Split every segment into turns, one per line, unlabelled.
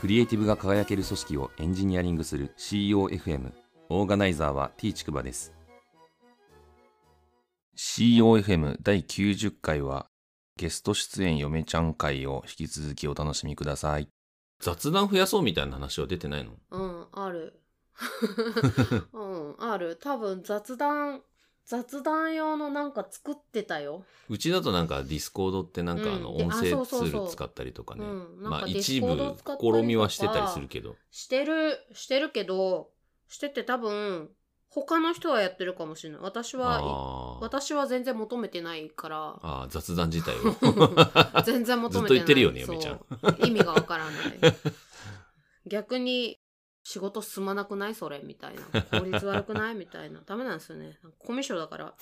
クリエイティブが輝ける組織をエンジニアリングする COFM オーガナイザーは T ちくばです COFM 第90回はゲスト出演嫁ちゃん会を引き続きお楽しみください雑談増やそうみたいな話は出てないの
うん、ある。うん、ある。多分雑談、雑談用のなんか作ってたよ。
うちだとなんかディスコードってなんかあの
うん
音声
あそう
ツ
そうそう
ール使ったりとかね
うんなん
ま
か
あ
ディス
一
コ
部
ード使ったりとか
試みはしてたりするけど
してる、してるけど、してて多分、他の人はやってるかもしれない。私は、
あー
私は全然求めてな いから、
あー雑談自体 を
全然求めてない。
ずっと言ってるよね
そう
めちゃん
意味が わからない。逆に、仕事進まなくないそれみたいな。効率悪くないみたいな。ダメなんですよね。なんかコミュ障だから。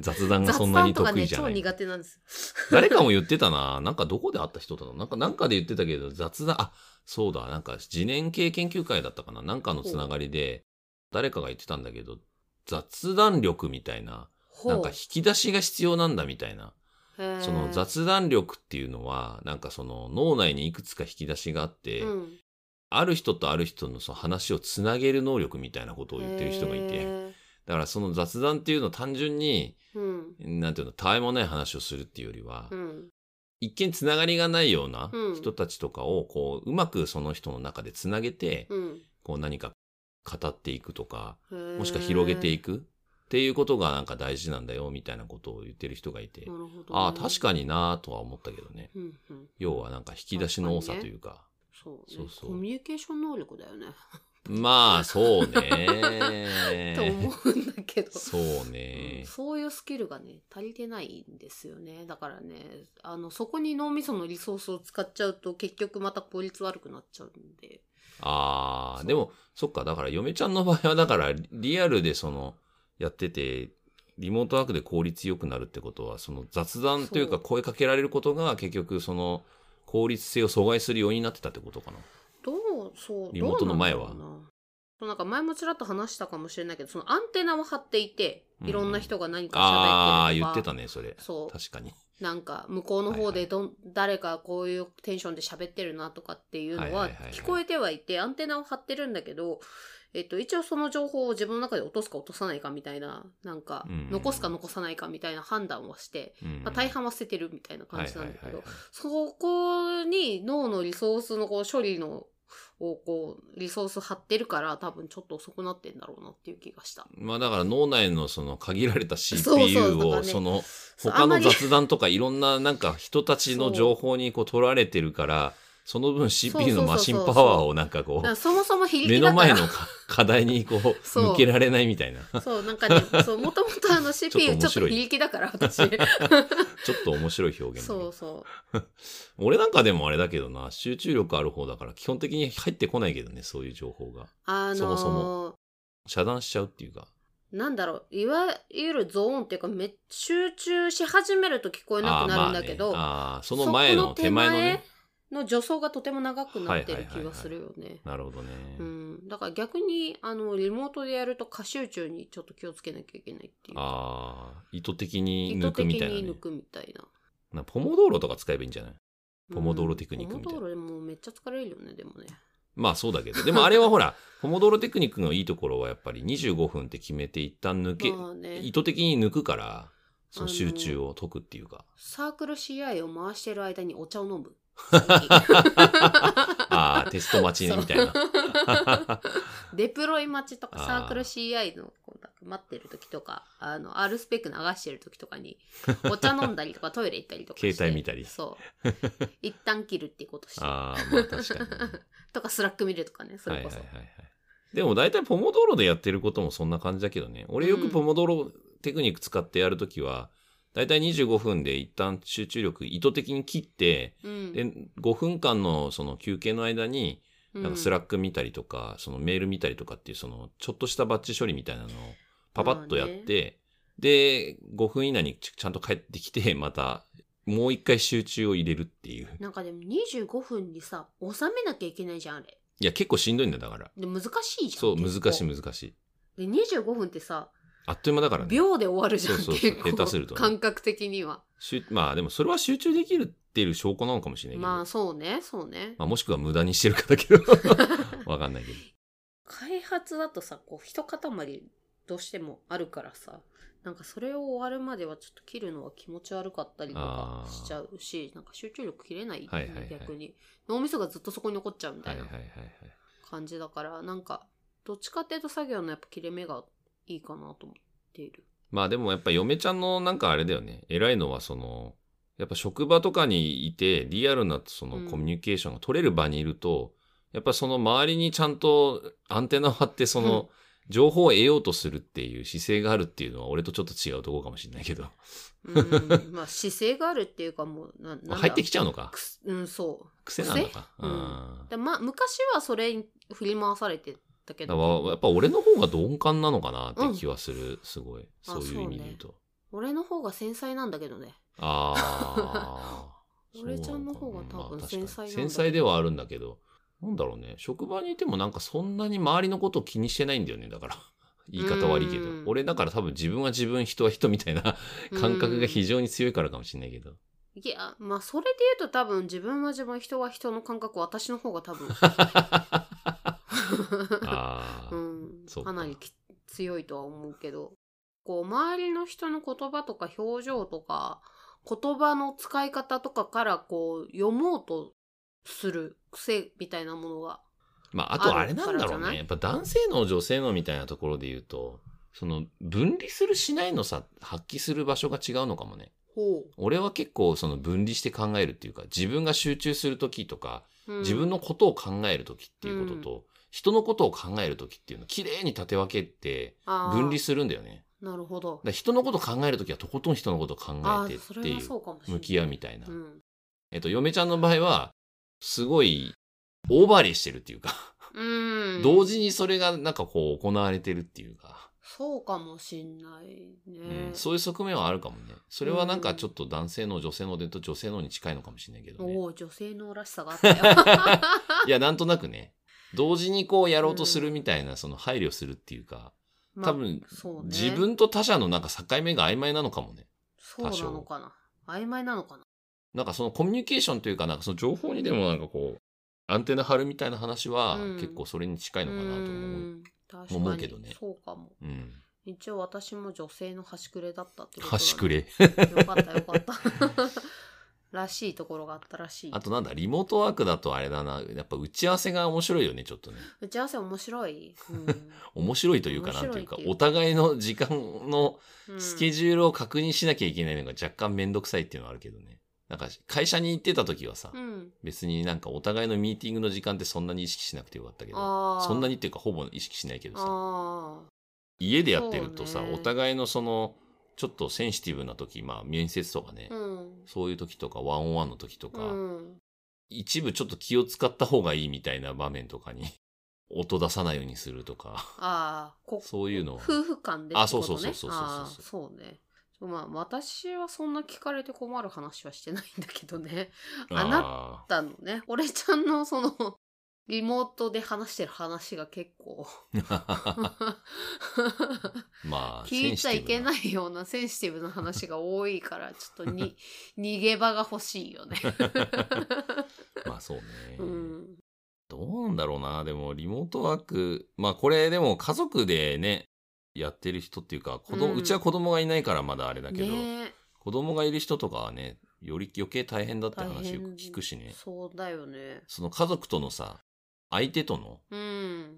雑談がそ
雑
んな
談
に
と
得
か
意
ね、
じゃ
超
ない、
苦手なんです。
誰かも言ってたな。なんかどこで会った人だろう。なんか、なんかで言ってたけど、雑談、あ、そうだ、なんか自年系研究会だったかな。なんかのつながりで、誰かが言ってたんだけど、雑談力みたいな、
ほう
なんか引き出しが必要なんだみたいな。
へー
その雑談力っていうのは、なんかその脳内にいくつか引き出しがあって、
うん
ある人とある人のその話をつなげる能力みたいなことを言ってる人がい
へ
て、
ー
だからその雑談っていうのを単純に、
うん
なんていうの、たわいもない話をするっていうよりは、
うん
一見つながりがないような
うん
人たちとかを、こう、うまくその人の中でつなげて、
うん
こう何か語っていくとか、
へー
もしくは広げていくっていうことがなんか大事なんだよ、みたいなことを言ってる人がいて、
なるほどね
ああ、確かになぁとは思ったけどね。
うんうん
要はなんか引き出しの多さ
確
と
か
い
に
うか、
そうね
そうそう
コミュニケーション能力だよね
まあ、そう
と
ね
思。うんだけど
そう
うん
ね。
そういうスキルがね足りてないんですよねだからねあのそこに脳みそのリソースを使っちゃうと結局また効率悪くなっちゃうんで
ああ、
そう
でも、そっか、だから、嫁ちゃんの場合は、だから、リアルでその、やってて、リモートワークで効率よくなるってことは、その雑談というか
そう
声かけられることが、結局、その、効率性を阻害するようになってたってことかな。
どうそう
リモートの前は
どうなんだろうなそうなんか前もちらっと話したかもしれないけどそのアンテナは張っていていろんな人が何か
あ
喋
あ、
ってるとか、
言ってたね、それ。
そう
確かに。
なんか向こうの方でどん、誰かこういうテンションで喋ってるなとかっていうの
はいは
はい
はいはい
聞こえてはいてアンテナを張ってるんだけど、えっと、一応その情報を自分の中で落とすか落とさないかみたいななんか
うん
残すか残さないかみたいな判断はして、
うん
まあ、大半は捨ててるみたいな感じなんだ
はいは
け
い
ど
はいはい
そこに脳のリソースのこう処理のをこうリソース張ってるから多分ちょっと遅くなってんだろうなっていう気がした。
まあだから脳内のその限られた
そうそう
CPU
だから
を
ね
その
そうあ
他
んま
の
り
雑談とかいろんななんか人たち
そ
の
う
情報にこう取られてるから、その分
そうそう
CPU
そうそ
の
う
マシンパワーをなんかこ
だから
う、
そもそも非
目
力だ
の
から
前のか課題にこう、
そう
向けられないみたいな。
そう、なんかね、そう、もともとあの CPU ち
面
ょっと
白い
非力だか ら、私。
ちょっと面白い表現だね
そうそ
俺なんかでもあれだけどな、集中力ある方だから基本的に入ってこないけどね、そういう情報が。
う。あのー
そもそも遮断しちゃうっていうか。
なんだろう、いわゆるゾーンっていうか、め集中し始めると聞こえなくなるんだけ
あ
ど、
ーまあねあー、その前の手前のね。
の助走がとても長くなってる気がするよね。
なるほどね。
うん、だから逆にあのリモートでやると過集中にちょっと気をつけなきゃいけないっていう
ああ、意図的に
意図
抜く
的
みたいな、ね。
に抜くみたいな
なポモドーロとか使えばいいんじゃないポモドーロ
うん
テクニックみたいな
ポモドーロでもめっちゃ疲れるよねでもね
まあそうだけど。でもあれはほら、 ポモドーロテクニックのいいところはやっぱり25分って決めて一旦抜け、
まあね
意図的に抜くから、その
あの
集中を解くっていうか。
サークル CI を回してる間にお茶を 飲む。
ああ、テスト待ちねみたいな。
デプロイ待ちとか
あー
サークル CI のこうなんか待ってる時とか、あの、R スペック流してる時とかに、お茶飲んだ りとかトイレ行ったりとかして。
携帯見たり
そう。一旦切るっていうことして。
ああ、まあ 確かにね。
とか、スラック見るとかね、そ
はい
れ
はい
こ
はい
そ。
はい。でも大体ポモドーロでやってることもそんな感じだけどね。俺よくポモドーロテクニック使ってやるときは、大体25分で一旦集中力意図的に切って、
うん。
で、5分間のその休憩の間に、
うん、
なんかスラック見たりとか、そのメール見たりとかっていう、その、ちょっとしたバッチ処理みたいなのを、パパッとやっ
まあ
て、で、5分以内にちちゃんと帰ってきて、また、もう一回集中を入れるっていう。
なんかでも25分にさ、収めなきゃいけないじゃん、あれ。
いや、結構しんどいんだよ、だから。
で、難しいじゃん。
そう、難
結構
しい難しい。
で、25分ってさ、
あっという間だからね。
秒で終わるじゃん、
そうそうそう
結構。
下手するとね
感覚的には。
しゅまあ、でもそれは集中できるっっている証拠なのかもしれないけど、
ま
ま
あそうねそうね
あ、もしくは無駄にしてるかだけど わかんないけど
開発だとさこう一塊どうしてもあるからさなんかそれを終わるまではちょっと切るのは気持ち悪かったりとか
あー
しちゃうしなんか集中力切れない,、
はいはいはい
逆に脳みそがずっとそこに残っちゃうみた
はいいは
ない
はいはい
感じだから、なんかどっちかっていうと作業のやっぱ切れ目がいいかなと思っている
まあでもやっぱ嫁ちゃんのなんかあれだよね偉いのはそのやっぱ職場とかにいてリアルなそのコミュニケーションが取れる場にいると、やっぱその周りにちゃんとアンテナを張ってその情報を得ようとするっていう姿勢があるっていうのは俺とちょっと違うところかもしれないけど、
うんまあ姿勢があるっていうかもうななんだ
まあ入ってきちゃうのか
くすうんそう
癖なんだか。
うん
うん
で、まあ、昔はそれに振り回されてたけ
だから
ど
やっぱ俺の方が鈍感なのかなって気はする、すごいそういう意味で言うと
俺の方が繊細なんだけどね
ああ
俺ちゃんの方が多分繊細なんだけど
繊細ではあるんだけどなんだろうね職場にいてもなんかそんなに周りのことを気にしてないんだよねだから 言い方悪いけど
うん
俺だから多分自分は自分人は人みたいな 感覚が非常に強いからかもしれないけど、
うんいやまあそれで言うと多分自分は自分人は人の感覚私の方が 多分、
ああ、
うん、
そうか
かなりき強いとは思うけどこう周りの人の言葉とか表情とか言葉の使い方とかからこう読もうとする癖みたいなものが
まああとあれなんだ
ある
ろ
か
う
らじゃない
ねやっぱ男性の女性のみたいなところで言うとその分離するしないのさ発揮する場所が違うのかもね
ほ
俺は結構その分離して考えるっていうか自分が集中する時とか
う、うん
自分のことを考える時っていうことと、人のことを考える時っていうのを綺麗に縦分けって
あー
分離するんだよね。
なるほど
だから人のことを考える時はとことん人のことを考
ああ
えてっ
ーそ
て
れ
い
はそううかもしれな
向
い
き合うみたいな。
うん
えっと嫁ちゃんの場合はすごいオーバーレイしてるっていうか、
うん、
同時にそれがなんかこう行われてるっていうか、
そうかもしんないね
うん、。そういう側面はあるかもね。それはなんかちょっと男性の女性ので言うと女性のに近いのかもしれないけどね。
おお、女性のらしさがあった よ。
いや、なんとなくね、同時にこうやろうとするみたいな、その配慮するっていうか、
まあ
多分
そうね、
自分と他者のなんか境目が曖昧なのかもね。
そうなのかな。曖昧なのかな。
なんかそのコミュニケーションというか、なんかその情報にでもなんかこう、アンテナ張るみたいな話は、
うん
結構それに近いのかなと思う。うん。
うーん確かに
思うけどね
そうかも。一応私も女性の端くれだったってことだね
端く。れ。
よかったよ かった。 らしいところがあったらしい。
あとなんだ、リモートワークだとあれだな、やっぱ打ち合わせが面白いよね、ちょっとね。
打ち合わせ面白い。
面白いというか、
面
なん
白い
ていうか
ってい、う
お互いの時間の
う ん、
スケ
ジ
ジュールを確認しなきゃいけないのが若干めんどくさいっていうのはあるけどね。なんか会社に行ってた時はさ、
うん。
別になんかお互いのミーティングの時間ってそんなに意識しなくてよかったけど、
ああ。
そんなにっていうかほぼ意識しないけどさ、
ああ。
家でやってるとさ、
そうね
お互いのその、ちょっとセンシティブな時、まあ面接とかね、
うん。
そういう時とかワンオンワンの時とか、
うん。
一部ちょっと気を使った方がいいみたいな場面とかに、音出さないようにするとか、
ああ、こ
そういうのは。
夫婦間でってこと、ね、
あそうそうそうそうそうそう
あーそうね。まあ私はそんな聞かれて困る話はしてないんだけどね。あな
あ
だのね、俺ちゃんのそのリモートで話してる話が結構
ーまあ、
聞いちゃいけ
い
ないようなセンシティブな話が多いからちょっと に逃げ場が欲しいよね。
まあそうね。
うん、
どうなんだろうな。でもリモートワーク、まあこれでも家族でね、やってる人っていうか、子供、
う
うんちは子供がいないからまだあれだけど、
ね
子供がいる人とかはね、より余計大変だって
大
話よ
変
く聞くしね。
そうだよね。
その家族とのさ、相手との
うん。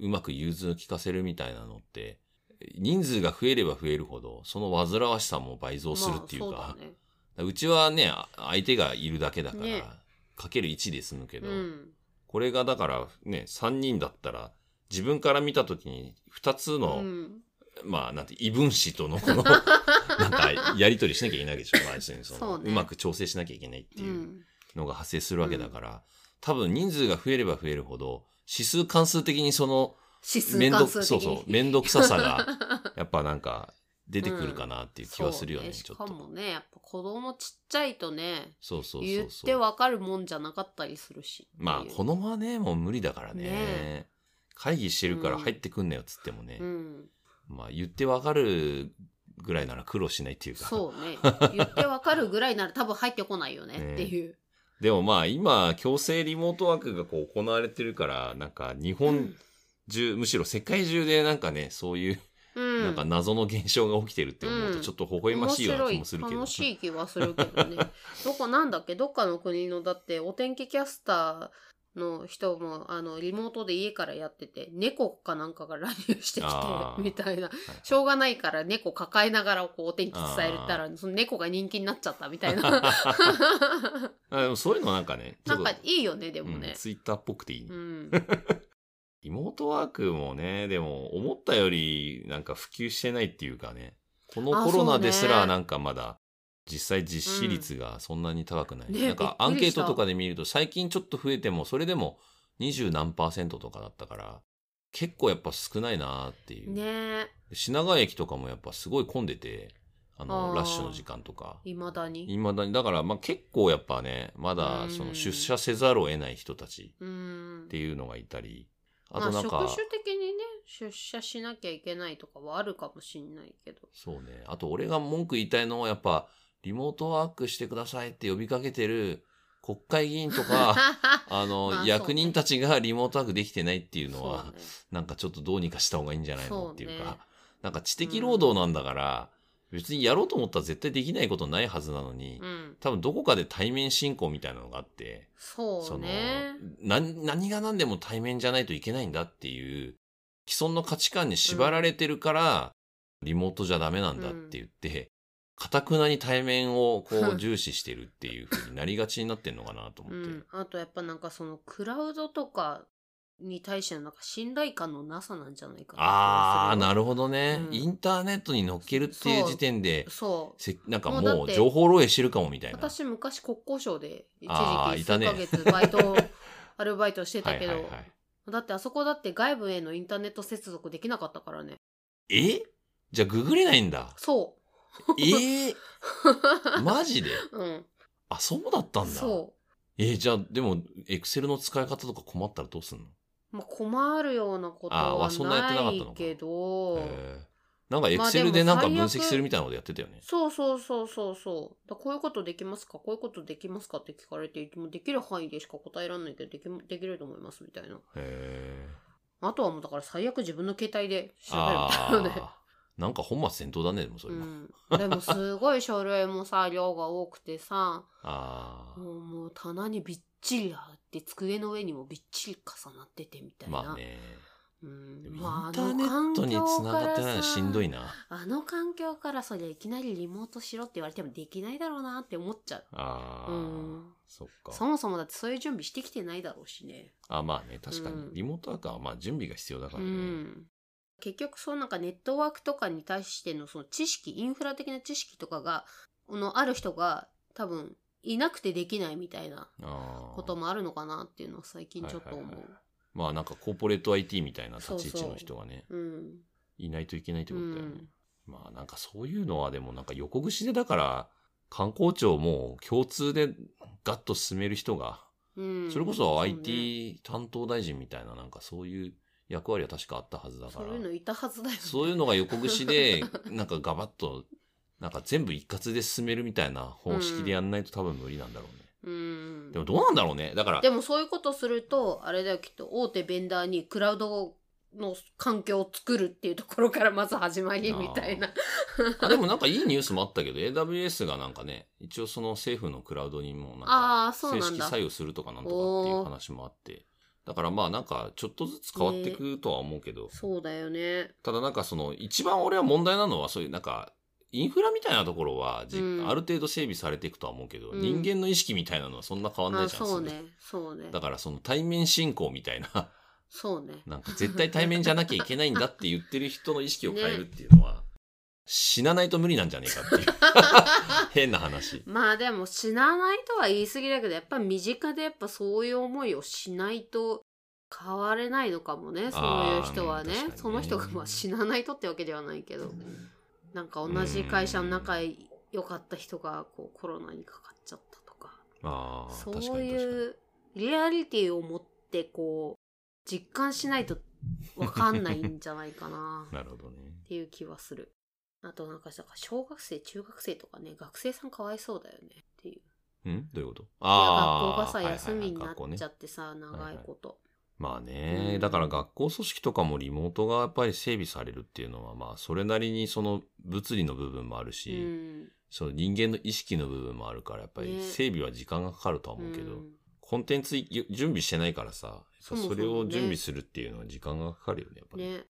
うまく融通を聞かせるみたいなのって、人数が増えれば増えるほど、その煩わしさも倍増するっていうか、
まあそうだね。
うちはね、あ相手がいるだけだから、
ね
かける1で済むけど、
うん。
これがだからね、3人だったら、自分から見たときに2つの、
うん
まあなんて、異分子とのこ の、なんかやりとりしなきゃいけないわけでしょ、まあ要するにその
そうね
うまく調整しなきゃいけないって
う
いうんのが発生するわけだから、多分人数が増えれば増えるほど、指数関数的にその、
指数
めんど
関
く、
数的に
そうそう、めんどくささ が、やっぱなんか出てくるかなっていう気はするよね、
そう
ちょっ
しか
と。
もねやっぱ子供ちっちゃいとね
そうそうそうそう。
言ってわかるもんじゃなかったりするし
まあ子
の
供はねもう無理だからね
ねえ
会議してるか
う
ら
ん
入ってくんなよっつってもね、
うん
まあ言ってわかるぐらいなら苦労しないっていうか。
そうね言ってわかるぐらいなら多分入ってこないよねって いう、
でもまあ今、強制リモートワークがこう行われてるから、なんか日本中、むしろ世界中でなんかね、そういう
うん、
なんか謎の現象が起きてるって思う
う
と
ん
ちょっと微笑ましいような気もするけど。
面白い楽しい気はするけどね どこなんだっけどっかの国のだってお天気キャスターの人もあのリモートで家からやってて猫かなんかが乱入してきて
あー
みたいな
はい
しょうがないから猫抱えながらこうお天気伝えたらその猫が人気になっちゃったみた いな
あでもそういうのなんかね、
なんか
ちょっ
いいよねで
と
もね
うん、ツイッターっぽくていい、ね
うん、
リモートワークもね、でも思ったよりなんか普及してないっていうかね、この
あ
コロナ
そうね
ですらなんかまだ実際実施率がそんなに高くない。
ね
なんかアンケートとかで見ると最近ちょっと増えてもそれでも20何パーセントとかだったから、結構やっぱ少ないなーって いう。
ねえ
品川駅とかもやっぱすごい混んでて、あの、
あー
ラッシュの時間とか。
いまだに
いまだに、だからまあ結構やっぱね、まだそうの
ん
出社せざるを得ない人たち
うん
っていうのがいたり、あと
まあ
なん
職
か、
種的にね出社しなきゃいけないとかはあるかもしんないけど
そうね、あと俺が文句言いたいのはやっぱ、リモートワークしてくださいって呼びかけてる国会議員と か、あの、
まあ
役人たちがリモートワークできてないっていうのは、
そうね
なんかちょっとどうにかした方がいいんじゃないのっていう
そう
か
ね、
なんか知的労働なんだから、別にやろうと思ったら絶対できないことないはずなのに、
うん、
多分どこかで対面進行みたいなのがあって、
そ
そうの
ね。
何何が何でも対面じゃないといけないんだっていう既存の価値観に縛られてるから、リモートじゃダメなんだって言ってかた、くなに対面をこう重視してるっていうふうになりがちになってんのかなと思
う
って、
ん、あとやっぱなんかそのクラウドとかに対してのなんか信頼感のなさなんじゃないか
ああな
る
るほどね、
うん
インターネットに乗っけるっていう時点で
そう
せなんか
もうだ
も
っ
う
て
情報漏洩してるかもみたいな
私昔国交省で一
あー
時期
いた
数
ね
ヶ月バイトアルバイトしてたけど、
はいはいはい、
だってあそこだって外部へのインターネット接続できなかっ たからね
えじゃあググれないんだ
そ
えー、マジで
う、うん、
あそうだったんだ
そ
えーじゃあ、でも、エクセルの使い方とか困ったらどうすんの
う、まあ、困るようなこと
あーわ
は
そんなやってなか
な
ったの
い
か
けど
えーなんかエクセルでなんか分析するみたいなことやってたよね。
そうそうそうそうそう。だこういうことできますかこういうことできますかって聞かれて、もうできる範囲でしか答えられないけど、できも、できると思いますみたいな。
へー
あとはもうだから最悪自分の携帯で調べるみたいなね。
あーなんか本末転倒だね、でもそれ
う
は。
ん、でもすごい書類もさ量が多くてさ
あ
もうもう棚にびっちりあって机の上にもびっちり重なっててみた
あ、
いな、
まあね。
うん
でもイ
まああ
ンター
の
ネッ
環
トに
境
繋
か
がっ
ら
てないのは
さ
しんどいな。
あの環境からそりゃいきなりリモートしろって言われてもできないだろうなって思っちゃう
ああ、
うん
そっか。
そもそもだってそういう準備してきてないだろうしね。
あまあね、確か
う
に。
ん
リモートワークはまあ準備が必要だか
う
らね。
ん。結局そうなんかネットワークとかに対してのその知識、インフラ的な知識とかが、このある人が多分いなくてできないみたいな
あ
こと
あ。
もあるのかなっていうのは最近ちょっと
は
思
いはいうは。まあなんかコーポレート IT みたいな立ち位置の人がね、
うん。
いないといけないって
う
ことだよね。
ん。
まあなんかそういうのはでもなんか横串でだから観光庁も共通でガッと進める人が、
うん。
それこそ
うね
IT 担当大臣みたいななんかそういう役割は確かあったはずだか
そう
ら、
いうのいたはずだよね。
そういうのが横串 でなんかガバッとなんか全部一括で進めるみたいな方式でやんないと多分無理なんだろうね。
うん。
でもどうなんだろうね。だから
でもそういうことすると、あれだよ、きっと大手ベンダーにクラウドの環境を作るっていうところからまず始まりみたいな。
あでもなんかいいニュースもあったけど AWS がなんかね一応その政府のクラウドにもなん
あ
か
ーそうな
正
んだ
式採用するとかなんとかっていう話もあってだからまあなんかちょっとずつ変わっていくとは思うけど、
そうだよね。
ただなんかその一番俺は問題なのはそういうなんかインフラみたいなところはじ、
うん
ある程度整備されていくとは思うけど、
うん
人間の意識みたいなのはそんな変わんない
あ、
じゃん
そう
す
ね
ぐ。
そうね。
だからその対面進行みたいな
そうね。
なんか絶対対面じゃなきゃいけないんだって言ってる人の意識を変えるっていうのは、死なないと無理なんじゃねえかっていう 変な話。
まあでも死なないとは言い過ぎだけど、やっぱ身近でやっぱそういう思いをしないと変われないのかもね、そういう人はね
あーうん確かに。ね
その人がまあ死なないとってわけではないけど、なんか同じ会社の仲良かった人がこうコロナにかかっちゃったとか、
ああ、確かに確
そう
か
いうリアリティを持ってこう、実感しないとわかんないんじゃないかな
に。なるほどね。
っていう気はする。あとなんかさ、小学生、中学生とかね、学生さんかわいそうだよねっていう。
うんどういうこと
いや学校
あ
が
あ、
さ、
はいはい
休みになっ
学校ね
ちゃってさ、長いこと。
まあね、
うん
だから学校組織とかもリモートがやっぱり整備されるっていうのは、まあ、それなりにその物理の部分もある
う
し、
ん。
その人間の意識の部分もあるから、やっぱり
ね
整備は時間がかかるとは思うけど、
うん
コンテンツい準備してないからさ、やっぱ
そうそう
それを準備するっていうのは時間がかかるよね、やっぱり。
ね、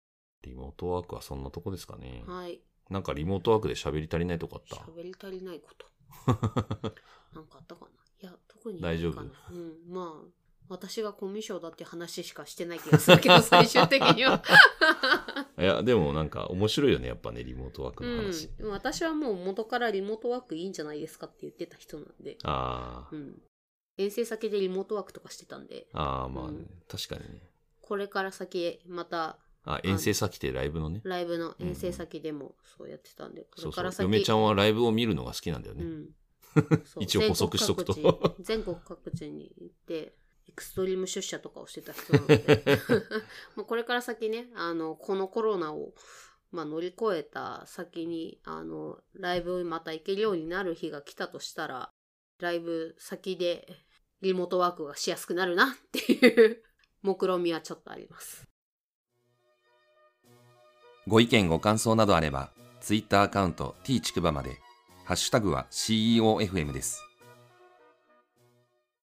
リモートワークはそんなとこですかね。
はい。
なんかリモートワークで喋り足りないとこあっ
喋り足りない こと。
た。
なんかあったかないや、特にないかな
大丈
うん、まあ、私がコミュ障だって話しかしてない気がする けど、最終的には。
いや、でもなんか面白いよね、やっぱね、リモートワークの話。
うん、私はもう元からリモートワークいいんじゃないですかって言ってた人なんで、
ああ、
うん、遠征先でリモートワークとかしてたんで
ああ、まあ、
うん
確かにね。
これから先また
あ、遠征先でライブのね。
ライブの遠征先でもそうやってたんで、こ
そ
れ
うそ
から
う。
先
嫁ちゃんはライブを見るのが好きなんだよね。
うんそう
一応補足しとくと
全国各地全国各地に行ってエクストリーム出社とかをしてた人なので もうこれから先ねあのこのコロナを、まあ、乗り越えた先にあのライブまた行けるようになる日が来たとしたらライブ先でリモートワークがしやすくなるなっていう 目論見みはちょっとあります。
ご意見ご感想などあれば、ツイッターアカウント t ちくばまで、ハッシュタグは CEOFM です。